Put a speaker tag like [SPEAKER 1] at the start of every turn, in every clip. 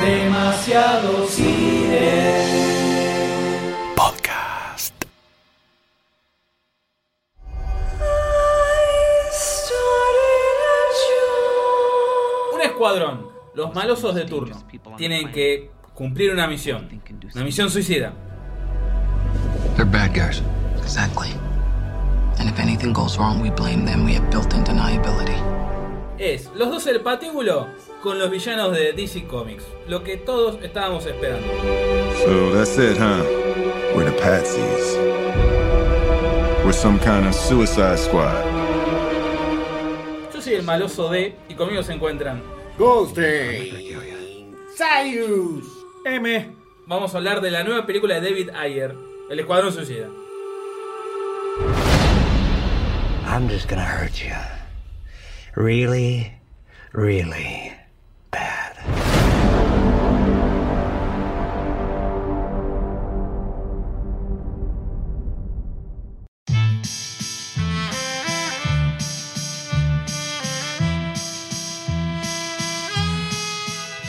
[SPEAKER 1] Demasiado cine.
[SPEAKER 2] Podcast.
[SPEAKER 3] Un escuadrón, los malosos de turno, tienen que cumplir una misión. Una misión suicida.
[SPEAKER 4] They're bad guys.
[SPEAKER 5] Exactly. And if anything goes wrong, we blame them. We have built in deniability.
[SPEAKER 3] Es los dos del patíbulo con los villanos de DC Comics. Lo que todos estábamos esperando.
[SPEAKER 6] So that's it, huh? We're the patsies. We're some kind of suicide squad.
[SPEAKER 3] Yo soy el maloso de y conmigo se encuentran.
[SPEAKER 7] M.
[SPEAKER 3] Vamos a hablar de la nueva película de David Ayer, El Escuadrón Suicida.
[SPEAKER 8] I'm just gonna hurt you. Really, really bad.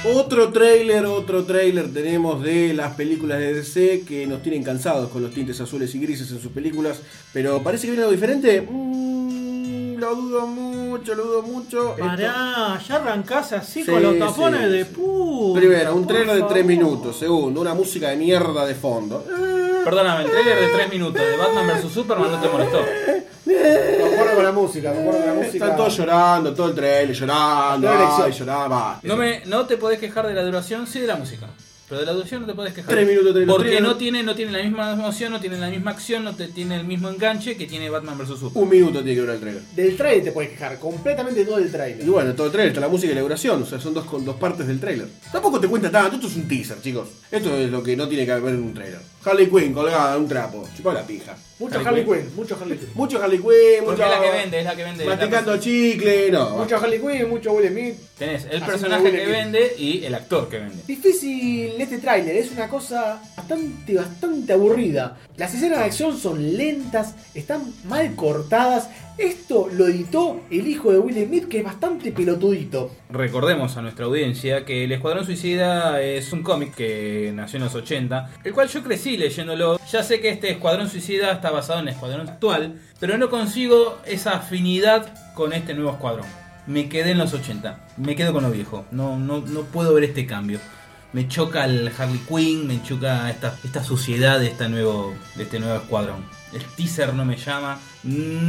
[SPEAKER 9] Otro tráiler, otro tráiler tenemos de las películas de DC que nos tienen cansados con los tintes azules y grises en sus películas, pero parece que viene algo diferente. Mm, lo dudo mucho, lo dudo mucho. Esto-
[SPEAKER 7] Pará, ya arrancás así
[SPEAKER 9] Sí,
[SPEAKER 7] con los tapones
[SPEAKER 9] sí,
[SPEAKER 7] de
[SPEAKER 9] sí.
[SPEAKER 7] puta.
[SPEAKER 9] Primero, un
[SPEAKER 7] por
[SPEAKER 9] tráiler de 3
[SPEAKER 7] favor.
[SPEAKER 9] minutos. Segundo, una música de mierda de fondo.
[SPEAKER 3] Perdóname, el trailer de 3 minutos de Batman vs Superman no te molestó.
[SPEAKER 10] Concuerdo con la música, concuerdo
[SPEAKER 9] Eh,
[SPEAKER 10] con la música.
[SPEAKER 9] Están todos llorando, todo el trailer llorando.
[SPEAKER 10] Toda la elección.
[SPEAKER 9] Ay, lloraba. basta.
[SPEAKER 3] No, me, no te podés quejar de la duración, sí de la música. Pero de la duración no te podés quejar.
[SPEAKER 9] Tres minutos, tres minutos,
[SPEAKER 3] Porque
[SPEAKER 9] tres
[SPEAKER 3] no
[SPEAKER 9] minutos.
[SPEAKER 3] tiene, no tiene la misma emoción, no tiene la misma acción, no te, tiene el mismo enganche que tiene Batman vs. Superman.
[SPEAKER 9] Un minuto tiene que durar el trailer.
[SPEAKER 10] Del trailer te puedes quejar, completamente todo el
[SPEAKER 9] Y
[SPEAKER 10] trailer.
[SPEAKER 9] bueno, todo el trailer, está la música y la duración, o sea, son dos, con dos partes del trailer. Tampoco te cuenta tanto, esto es un teaser, chicos. Esto es lo que no tiene que haber en un trailer. Harley Quinn colgada en un trapo, chupá la pija.
[SPEAKER 10] Mucho
[SPEAKER 3] Harley
[SPEAKER 10] Harley
[SPEAKER 3] Quinn.
[SPEAKER 10] Quinn, mucho Harley Quinn.
[SPEAKER 9] Mucho Harley Quinn,
[SPEAKER 3] Porque
[SPEAKER 9] mucho...
[SPEAKER 3] es la que vende, es la que vende. es la este
[SPEAKER 9] Masticando
[SPEAKER 3] persona.
[SPEAKER 9] chicle, no.
[SPEAKER 10] Mucho Harley Quinn, mucho Will Smith.
[SPEAKER 3] Tenés el
[SPEAKER 10] Haciendo
[SPEAKER 3] personaje
[SPEAKER 10] bullying.
[SPEAKER 3] que vende y el actor que vende.
[SPEAKER 10] Difícil este tráiler, es una cosa bastante, bastante aburrida. Las escenas de acción son lentas, están mal cortadas. Esto lo editó el hijo de Will Smith, que es bastante pelotudito.
[SPEAKER 3] Recordemos a nuestra audiencia que El Escuadrón Suicida es un cómic que nació en los 80, el cual yo crecí leyéndolo. Ya sé que este Escuadrón Suicida está basado en el Escuadrón actual, pero no consigo esa afinidad con este nuevo escuadrón. Me quedé en los 80, me quedo con lo viejo, no, no, no puedo ver este cambio. Me choca el Harley Quinn, me choca esta, esta suciedad de, esta nuevo, de este nuevo escuadrón. El teaser no me llama,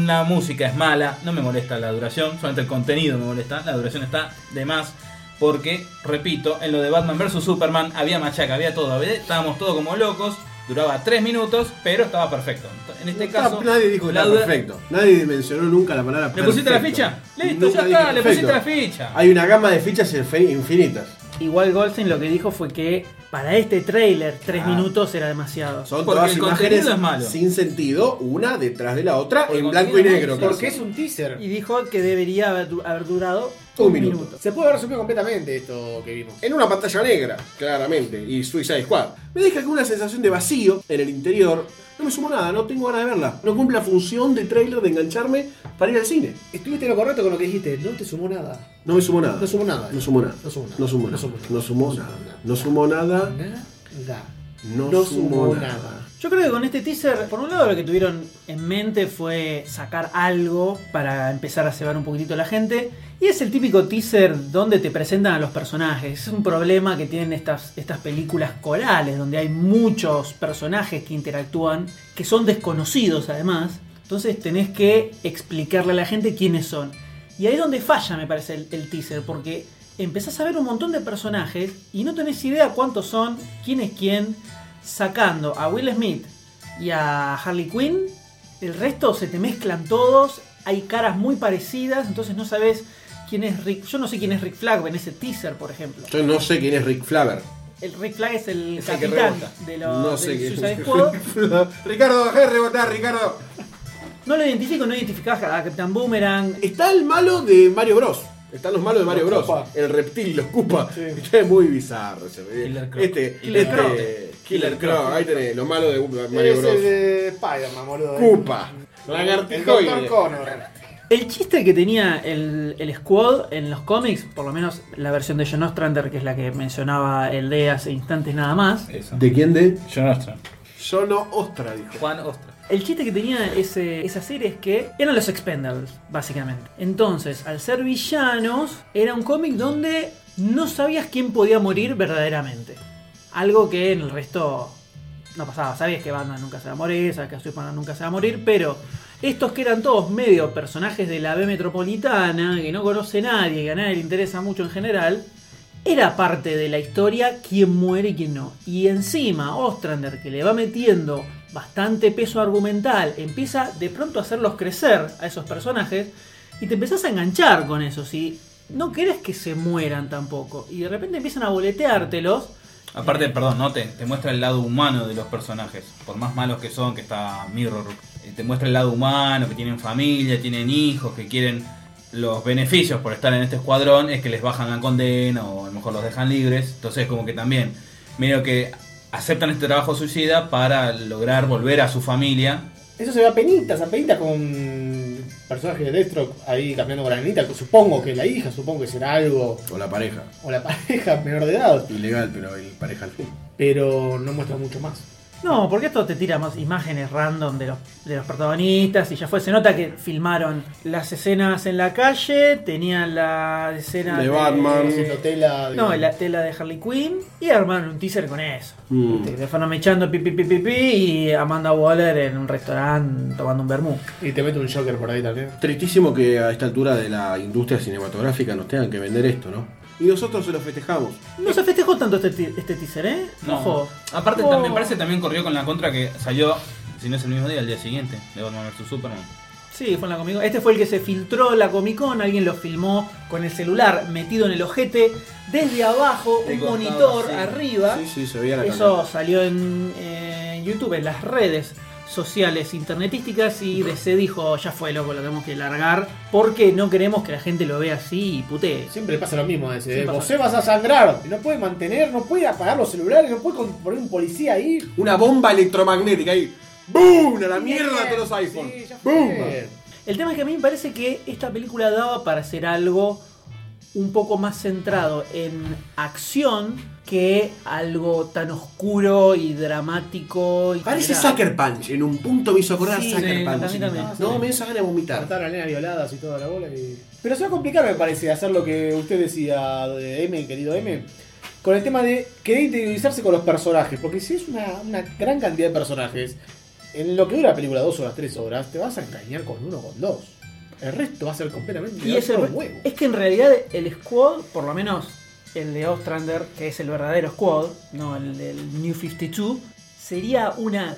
[SPEAKER 3] la música es mala, no me molesta la duración, solamente el contenido me molesta, la duración está de más. Porque, repito, en lo de Batman vs Superman había machaca, había todo, había- estábamos todos como locos, duraba 3 minutos, pero estaba perfecto. En este
[SPEAKER 9] Está-
[SPEAKER 3] caso,
[SPEAKER 9] nadie dijo que
[SPEAKER 3] la
[SPEAKER 9] era
[SPEAKER 3] dura-
[SPEAKER 9] perfecto. Nadie mencionó nunca la palabra
[SPEAKER 3] ¿Le pusiste la
[SPEAKER 9] perfecto.
[SPEAKER 3] ficha? Listo, ya
[SPEAKER 9] Nunca
[SPEAKER 3] está,
[SPEAKER 9] dije
[SPEAKER 3] le pusiste la
[SPEAKER 9] perfecto.
[SPEAKER 3] ficha.
[SPEAKER 9] Hay una gama de fichas infi- infinitas.
[SPEAKER 7] Igual Goldstein lo que dijo fue que para este tráiler tres minutos era demasiado.
[SPEAKER 9] Son
[SPEAKER 3] Porque
[SPEAKER 9] todas
[SPEAKER 3] el
[SPEAKER 9] imágenes
[SPEAKER 3] contenido es malo.
[SPEAKER 9] sin sentido, una detrás de la otra,
[SPEAKER 3] Porque el
[SPEAKER 9] en blanco y
[SPEAKER 3] contenido es
[SPEAKER 9] negro.
[SPEAKER 3] malo, sí,
[SPEAKER 10] Porque es un teaser.
[SPEAKER 7] Y dijo que debería haber, du- haber durado
[SPEAKER 9] Un
[SPEAKER 7] un,
[SPEAKER 9] minuto.
[SPEAKER 7] minuto.
[SPEAKER 10] Se puede haber resumido completamente esto que vimos.
[SPEAKER 9] En una pantalla negra, claramente, y Suicide Squad. Me deja con una sensación de vacío en el interior. No me sumo nada, no tengo ganas de verla. No cumple la función de trailer de engancharme para ir al cine.
[SPEAKER 10] Estuviste lo correcto con lo que dijiste, no te sumó nada.
[SPEAKER 9] No me sumo nada.
[SPEAKER 10] No sumo nada.
[SPEAKER 9] No sumo nada.
[SPEAKER 10] No sumo nada.
[SPEAKER 9] No sumo
[SPEAKER 10] No
[SPEAKER 9] nada.
[SPEAKER 10] sumo nada.
[SPEAKER 9] No sumo
[SPEAKER 10] No sumo
[SPEAKER 9] nada.
[SPEAKER 10] nada.
[SPEAKER 9] No sumo nada.
[SPEAKER 10] Nada.
[SPEAKER 9] No
[SPEAKER 10] No
[SPEAKER 9] sumo
[SPEAKER 10] sumo
[SPEAKER 9] nada.
[SPEAKER 10] nada.
[SPEAKER 7] Yo creo que con este teaser, por un lado lo que tuvieron en mente fue sacar algo para empezar a cebar un poquitito a la gente. Y es el típico teaser donde te presentan a los personajes. Es un problema que tienen estas, estas películas corales, donde hay muchos personajes que interactúan, que son desconocidos además. Entonces tenés que explicarle a la gente quiénes son. Y ahí es donde falla, me parece, el, el teaser, porque empezás a ver un montón de personajes y no tenés idea cuántos son, quién es quién, sacando a Will Smith y a Harley Quinn, el resto se te mezclan todos, hay caras muy parecidas, entonces no sabes quién es Rick. Yo no sé quién es Rick Flag en ese teaser, por ejemplo.
[SPEAKER 9] Yo no sé quién es Rick Flaver.
[SPEAKER 7] El Rick Flag es el
[SPEAKER 3] Es el que
[SPEAKER 7] capitán
[SPEAKER 3] rebota.
[SPEAKER 7] de los
[SPEAKER 9] No sé quién
[SPEAKER 7] Suicide
[SPEAKER 9] es.
[SPEAKER 7] Squad.
[SPEAKER 9] Ricardo, dejá de rebotar, Ricardo.
[SPEAKER 7] No lo identifico, no identificás a Capitán Boomerang.
[SPEAKER 9] Está el malo de Mario Bros. Están los malos de Mario
[SPEAKER 10] Los
[SPEAKER 9] Bros.
[SPEAKER 10] Koopa.
[SPEAKER 9] El reptil, los Koopa. Es muy bizarro ese.
[SPEAKER 3] Killer Croc.
[SPEAKER 9] este,
[SPEAKER 3] Killer
[SPEAKER 9] este-
[SPEAKER 3] Croc.
[SPEAKER 9] Killer Croc. Ahí tenés, los malos de Mario
[SPEAKER 10] Es
[SPEAKER 9] Bros.
[SPEAKER 10] el de Spider-Man, boludo.
[SPEAKER 9] Cupa.
[SPEAKER 10] El Dr.
[SPEAKER 9] Lagartijoide.
[SPEAKER 10] Connor.
[SPEAKER 7] El chiste que tenía el, el Squad en los cómics, por lo menos la versión de John Ostrander, que es la que mencionaba el de hace instantes nada más.
[SPEAKER 3] Eso.
[SPEAKER 9] ¿De quién de?
[SPEAKER 3] John Ostra.
[SPEAKER 9] Solo Ostra, dijo.
[SPEAKER 3] Juan Ostra.
[SPEAKER 7] El chiste que tenía ese- esa serie es que eran los Expendables, básicamente. Entonces, al ser villanos, era un cómic donde no sabías quién podía morir verdaderamente. Algo que en el resto no pasaba. Sabías que Batman nunca se va a morir, sabías que Superman nunca se va a morir, pero estos que eran todos medio personajes de la B metropolitana, que no conoce nadie, que a nadie le interesa mucho en general, era parte de la historia quién muere y quién no. Y encima, Ostrander, que le va metiendo bastante peso argumental, empieza de pronto a hacerlos crecer a esos personajes y te empezás a enganchar con eso. Si no querés que se mueran tampoco, y de repente empiezan a boleteártelos.
[SPEAKER 3] Aparte, perdón, no te, te muestra el lado humano de los personajes. Por más malos que son, que está Mirror. eh, Te muestra el lado humano, que tienen familia, tienen hijos, que quieren los beneficios por estar en este escuadrón, es que les bajan la condena o a lo mejor los dejan libres. Entonces, como que también, medio que aceptan este trabajo suicida para lograr volver a su familia.
[SPEAKER 1] Eso se ve a penitas, a penitas con personajes de Deathstroke ahí cambiando con la nenita. que Supongo que la hija, supongo que será algo.
[SPEAKER 9] O la pareja.
[SPEAKER 1] O la pareja menor de edad.
[SPEAKER 9] Ilegal, pero el pareja al fin.
[SPEAKER 1] Pero no muestra mucho más.
[SPEAKER 7] Eh, No, porque esto te tira más imágenes random de los, de los protagonistas y ya fue. Se nota que filmaron las escenas en la calle, tenían la escena
[SPEAKER 9] De Batman.
[SPEAKER 1] Haciendo tela.
[SPEAKER 7] No,
[SPEAKER 1] digamos.
[SPEAKER 7] la tela de Harley Quinn y armaron un teaser con eso.
[SPEAKER 9] Mm.
[SPEAKER 7] Este, De Fernando echando pi, pi, pi, pi, pi, y Amanda Waller en un restaurante tomando un vermú.
[SPEAKER 1] Y te mete un Joker por ahí también.
[SPEAKER 9] Tristísimo que a esta altura de la industria cinematográfica nos tengan que vender esto, ¿no? Y nosotros se lo festejamos.
[SPEAKER 7] No se festejó tanto este, ti- este teaser, ¿eh? Ojo.
[SPEAKER 3] Aparte,
[SPEAKER 7] Oh.
[SPEAKER 3] también parece que también corrió con la contra que salió, si no es el mismo día, el día siguiente, de Batman vs Superman.
[SPEAKER 7] Sí, fue en la Comic Con. Este fue el que se filtró en la Comic Con. Alguien lo filmó con el celular metido en el ojete, desde abajo,
[SPEAKER 3] De
[SPEAKER 7] un
[SPEAKER 3] costado,
[SPEAKER 7] monitor
[SPEAKER 3] sí.
[SPEAKER 7] arriba.
[SPEAKER 9] Sí, sí, se veía la
[SPEAKER 7] Eso salió en eh, YouTube, en las redes sociales internetísticas y DC dijo, ya fue loco, lo tenemos que largar porque no queremos que la gente lo vea así y putee.
[SPEAKER 1] Siempre le pasa lo mismo a ese.
[SPEAKER 7] Sí,
[SPEAKER 1] eh.
[SPEAKER 7] pasa.
[SPEAKER 1] Vos se vas a sangrar. No puede mantener, no puede apagar los celulares, no puede con- poner un policía ahí.
[SPEAKER 9] Una bomba electromagnética ahí. ¡Boom! A la mierda a todos los iPhones.
[SPEAKER 1] Sí, ya fue.
[SPEAKER 9] ¡Boom!
[SPEAKER 7] El tema es que a mí me parece que esta película daba para hacer algo un poco más centrado en acción que algo tan oscuro y dramático. y
[SPEAKER 9] Parece
[SPEAKER 7] era-
[SPEAKER 9] Sucker Punch. En un punto me hizo acordar
[SPEAKER 7] Sí,
[SPEAKER 9] a Sucker
[SPEAKER 7] sí,
[SPEAKER 9] Punch.
[SPEAKER 7] también, también.
[SPEAKER 9] No, me hizo ganas de vomitar.
[SPEAKER 1] Mataron a la nena violadas y toda la bola. y- Pero se va a complicar, me parece, hacer lo que usted decía, de M, querido M, con el tema de querer interiorizarse con los personajes. Porque si es una, una gran cantidad de personajes, en lo que dura la película, dos horas, tres horas, te vas a engañar con uno o con dos. El resto va a ser completamente
[SPEAKER 7] Y es, el-
[SPEAKER 1] otro huevo.
[SPEAKER 7] es que en realidad el squad, por lo menos el de Ostrander, que es el verdadero squad, no el del New 52, sería una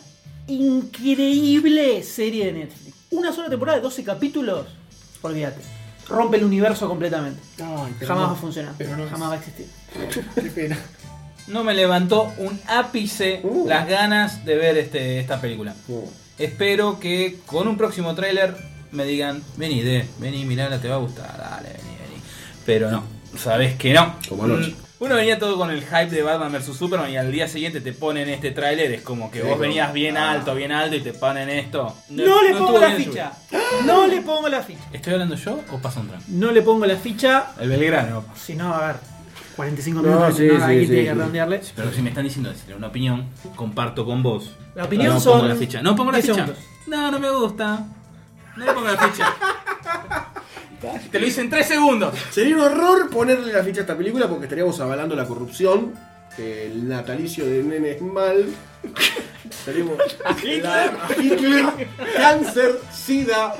[SPEAKER 7] increíble serie de Netflix. Una sola temporada de 12 capítulos, olvídate. Rompe el universo completamente.
[SPEAKER 1] Ay, pero
[SPEAKER 7] Jamás
[SPEAKER 1] no.
[SPEAKER 7] va a funcionar.
[SPEAKER 1] pero no es-
[SPEAKER 7] Jamás va a existir.
[SPEAKER 1] Qué pena.
[SPEAKER 3] No me levantó un ápice
[SPEAKER 9] Uh.
[SPEAKER 3] las ganas de ver este, esta película.
[SPEAKER 9] Oh.
[SPEAKER 3] Espero que con un próximo tráiler me digan, vení, de, vení, mirala, te va a gustar, dale, vení, vení. Pero no, sabes que no.
[SPEAKER 9] Como anoche.
[SPEAKER 3] Mm, Uno venía todo con el hype de Batman vs Superman y al día siguiente te ponen este tráiler, es como que
[SPEAKER 9] Sí,
[SPEAKER 3] vos
[SPEAKER 9] no.
[SPEAKER 3] venías bien
[SPEAKER 9] Ah.
[SPEAKER 3] alto, bien alto y te ponen esto.
[SPEAKER 7] No, le pongo
[SPEAKER 3] estuvo
[SPEAKER 7] la
[SPEAKER 3] bien
[SPEAKER 7] ficha. No le pongo la ficha.
[SPEAKER 3] subido. ¿Estoy hablando yo o pasa un tren?
[SPEAKER 7] No le pongo la ficha.
[SPEAKER 3] El Belgrano.
[SPEAKER 7] Si no, a ver. 45
[SPEAKER 9] No,
[SPEAKER 7] minutos.
[SPEAKER 9] sí,
[SPEAKER 7] no,
[SPEAKER 9] sí,
[SPEAKER 7] aquí
[SPEAKER 9] sí,
[SPEAKER 7] tiene que
[SPEAKER 9] sí.
[SPEAKER 7] redondearle.
[SPEAKER 3] Pero si me están diciendo decirle una opinión, comparto con vos.
[SPEAKER 7] La opinión
[SPEAKER 3] no
[SPEAKER 7] son
[SPEAKER 3] Pongo la ficha. No pongo la
[SPEAKER 7] 10
[SPEAKER 3] ficha.
[SPEAKER 7] segundos.
[SPEAKER 3] No, no me gusta. No le pongo la ficha. Te lo hice en 3 segundos.
[SPEAKER 9] Sería un horror ponerle la ficha a esta película porque estaríamos avalando la corrupción, el natalicio de Nene es mal. Estaríamos la- a Hitler, cáncer, sida.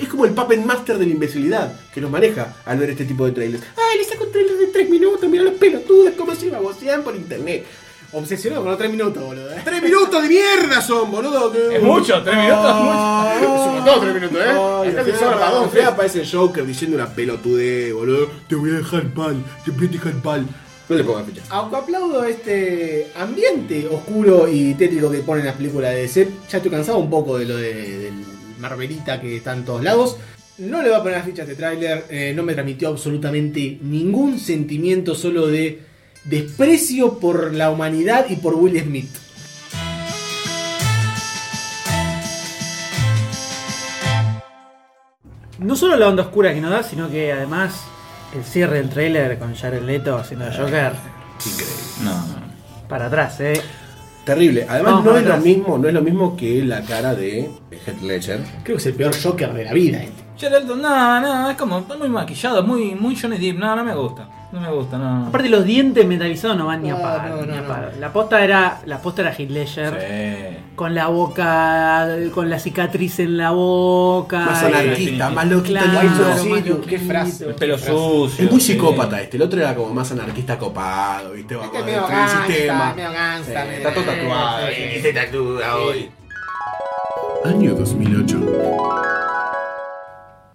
[SPEAKER 9] Es como el Puppet Master de la imbecilidad que nos maneja al ver este tipo de trailers. ¡Ay, le saco un trailer de 3 minutos! ¡Mirá los pelotudos! ¿Cómo se babosean por internet?
[SPEAKER 1] Obsesionado con los tres minutos, boludo. eh.
[SPEAKER 9] ¡Tres minutos de mierda son, boludo!
[SPEAKER 3] Es mucho, tres minutos es mucho.
[SPEAKER 1] Es un montón, tres minutos, ¿eh? Acá te sobra para dos,
[SPEAKER 9] Acá
[SPEAKER 1] tres.
[SPEAKER 9] aparece el Joker diciendo una pelotudez, boludo. Te voy a dejar pal, te voy a dejar pal. No le pongas ficha.
[SPEAKER 1] Aunque aplaudo este ambiente oscuro y tétrico que ponen las películas de DC, ya estoy cansado un poco de lo de, del Marvelita que está en todos lados. No le voy a poner las fichas de tráiler, eh, no me transmitió absolutamente ningún sentimiento solo de desprecio por la humanidad y por Will Smith.
[SPEAKER 7] No solo la onda oscura que nos da, sino que además el cierre del trailer con Jared Leto haciendo de Joker
[SPEAKER 9] Increíble.
[SPEAKER 3] No, no.
[SPEAKER 7] para atrás, ¿eh?
[SPEAKER 9] Terrible. Además,
[SPEAKER 7] Vamos
[SPEAKER 9] no
[SPEAKER 7] para
[SPEAKER 9] es, lo
[SPEAKER 7] atrás.
[SPEAKER 9] mismo, no es lo mismo que la cara de Heath Ledger.
[SPEAKER 1] Creo que es el peor Joker de la vida este.
[SPEAKER 3] Jared Leto, no, no, es como, está muy maquillado, muy, muy Johnny Depp. No, no me gusta. No me gusta, no.
[SPEAKER 7] Aparte los dientes metalizados no van ni a
[SPEAKER 1] No,
[SPEAKER 7] pagar.
[SPEAKER 1] no,
[SPEAKER 7] ni a
[SPEAKER 1] no,
[SPEAKER 7] pagar. La posta era la posta era Heath Ledger
[SPEAKER 3] Sí.
[SPEAKER 7] con la boca con la cicatriz en la boca.
[SPEAKER 9] Más
[SPEAKER 7] y-
[SPEAKER 9] anarquista, más loquito.
[SPEAKER 7] Claro,
[SPEAKER 9] más
[SPEAKER 7] más
[SPEAKER 9] loquito.
[SPEAKER 1] Ah, loquito, qué frase. Este
[SPEAKER 3] El pelo sucio.
[SPEAKER 9] Es muy
[SPEAKER 3] sí.
[SPEAKER 9] psicópata este. El otro era como más anarquista copado, ¿viste? Vamos
[SPEAKER 1] Este es
[SPEAKER 9] a
[SPEAKER 1] medio
[SPEAKER 9] destruir el
[SPEAKER 1] gangsta,
[SPEAKER 9] sistema.
[SPEAKER 1] medio gangsta,
[SPEAKER 9] Sí,
[SPEAKER 1] medio-
[SPEAKER 9] Está todo tatuado. eh,
[SPEAKER 1] Sí, sí,
[SPEAKER 9] ¿Y
[SPEAKER 1] sí.
[SPEAKER 9] se tatúa hoy? Año 2008.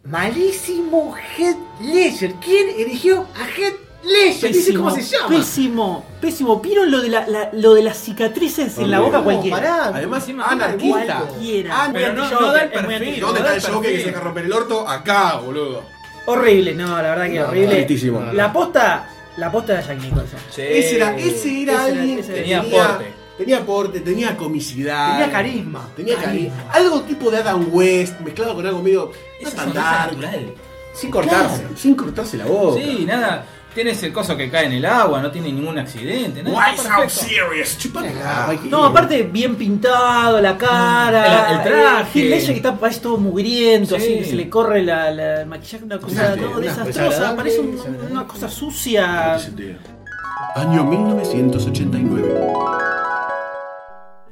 [SPEAKER 1] Malísimo Head Ledger. ¿Quién eligió a Head Ledger? Dice
[SPEAKER 7] Pésimo,
[SPEAKER 1] cómo se llama.
[SPEAKER 7] pésimo, pésimo. ¿Vieron lo de, la- la- lo de las cicatrices en la
[SPEAKER 9] Horrible.
[SPEAKER 7] boca
[SPEAKER 1] No,
[SPEAKER 7] cualquiera?
[SPEAKER 1] pará.
[SPEAKER 9] Además,
[SPEAKER 3] Encima,
[SPEAKER 9] anarquista.
[SPEAKER 7] Cualquiera.
[SPEAKER 9] Ah,
[SPEAKER 3] Pero
[SPEAKER 9] mira,
[SPEAKER 3] no,
[SPEAKER 9] yo-
[SPEAKER 3] no da el
[SPEAKER 7] es muy
[SPEAKER 3] perfil.
[SPEAKER 9] ¿Dónde
[SPEAKER 3] no da
[SPEAKER 9] está
[SPEAKER 3] el
[SPEAKER 9] el Joker que
[SPEAKER 3] perfil.
[SPEAKER 9] se deja romper el orto? Acá, boludo.
[SPEAKER 7] Horrible, no, la verdad que
[SPEAKER 1] No,
[SPEAKER 7] horrible.
[SPEAKER 9] altísimo.
[SPEAKER 7] La posta, la posta de Jack Nicholson.
[SPEAKER 3] Sí.
[SPEAKER 9] Ese era, ese era
[SPEAKER 7] Ese era-
[SPEAKER 9] alguien
[SPEAKER 7] ese
[SPEAKER 9] que
[SPEAKER 3] era- tenía aporte.
[SPEAKER 9] Tenía aporte, tenía comicidad.
[SPEAKER 1] Tenía carisma.
[SPEAKER 9] Tenía carisma. Algo tipo de Adam West, mezclado con algo medio. No
[SPEAKER 3] Esa
[SPEAKER 9] tan
[SPEAKER 3] sonrisa
[SPEAKER 9] dark.
[SPEAKER 3] natural.
[SPEAKER 9] Sin cortarse. Sin cortarse la boca.
[SPEAKER 3] Sí, nada. Tienes el coso que cae en el agua, no tiene ningún accidente. nada,
[SPEAKER 9] Why
[SPEAKER 3] está
[SPEAKER 9] so
[SPEAKER 3] perfecto.
[SPEAKER 9] serious? Chupala.
[SPEAKER 7] No, aparte bien pintado, la cara,
[SPEAKER 3] El- el traje.
[SPEAKER 7] Heath Ledger que está parece todo mugriento,
[SPEAKER 3] Sí.
[SPEAKER 7] así que se le corre la, la el maquillaje, una cosa
[SPEAKER 9] Una-
[SPEAKER 7] todo
[SPEAKER 9] una
[SPEAKER 7] desastrosa,
[SPEAKER 1] desagradable,
[SPEAKER 7] parece un-
[SPEAKER 1] desagradable.
[SPEAKER 7] una cosa sucia.
[SPEAKER 9] Año 1989.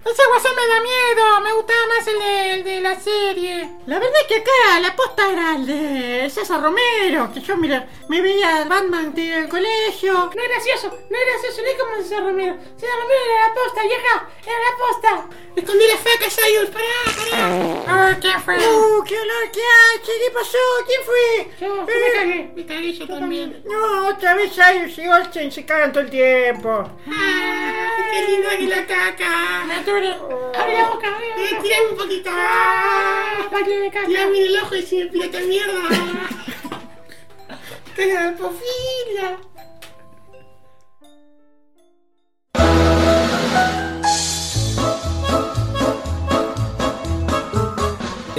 [SPEAKER 2] Ese guasón me da miedo, me gustaba más el de, el de la serie. La verdad es que acá la posta era el de César Romero, que yo mira, me veía Batman tío, en el colegio. No es gracioso, no es gracioso, no es como César Romero. César Romero era la posta, vieja, era la posta. Me escondí las facas, Sayus, pará, pará. Oh, ¿qué fue? Uh, qué olor que hay, ¿qué pasó? ¿Quién fue? Yo, yo me cagué, me cagué yo también. No, otra vez Sayus y Olsen se cagan todo el tiempo. ¡Qué lindo aquí la caca! ¡Nature! ¡Abre la boca! ¡Abre ¡Tirame un poquito! ¡Tirame en el ojo y se me pilota mierda! ¡Caga de pofilia!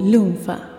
[SPEAKER 11] Lunfa.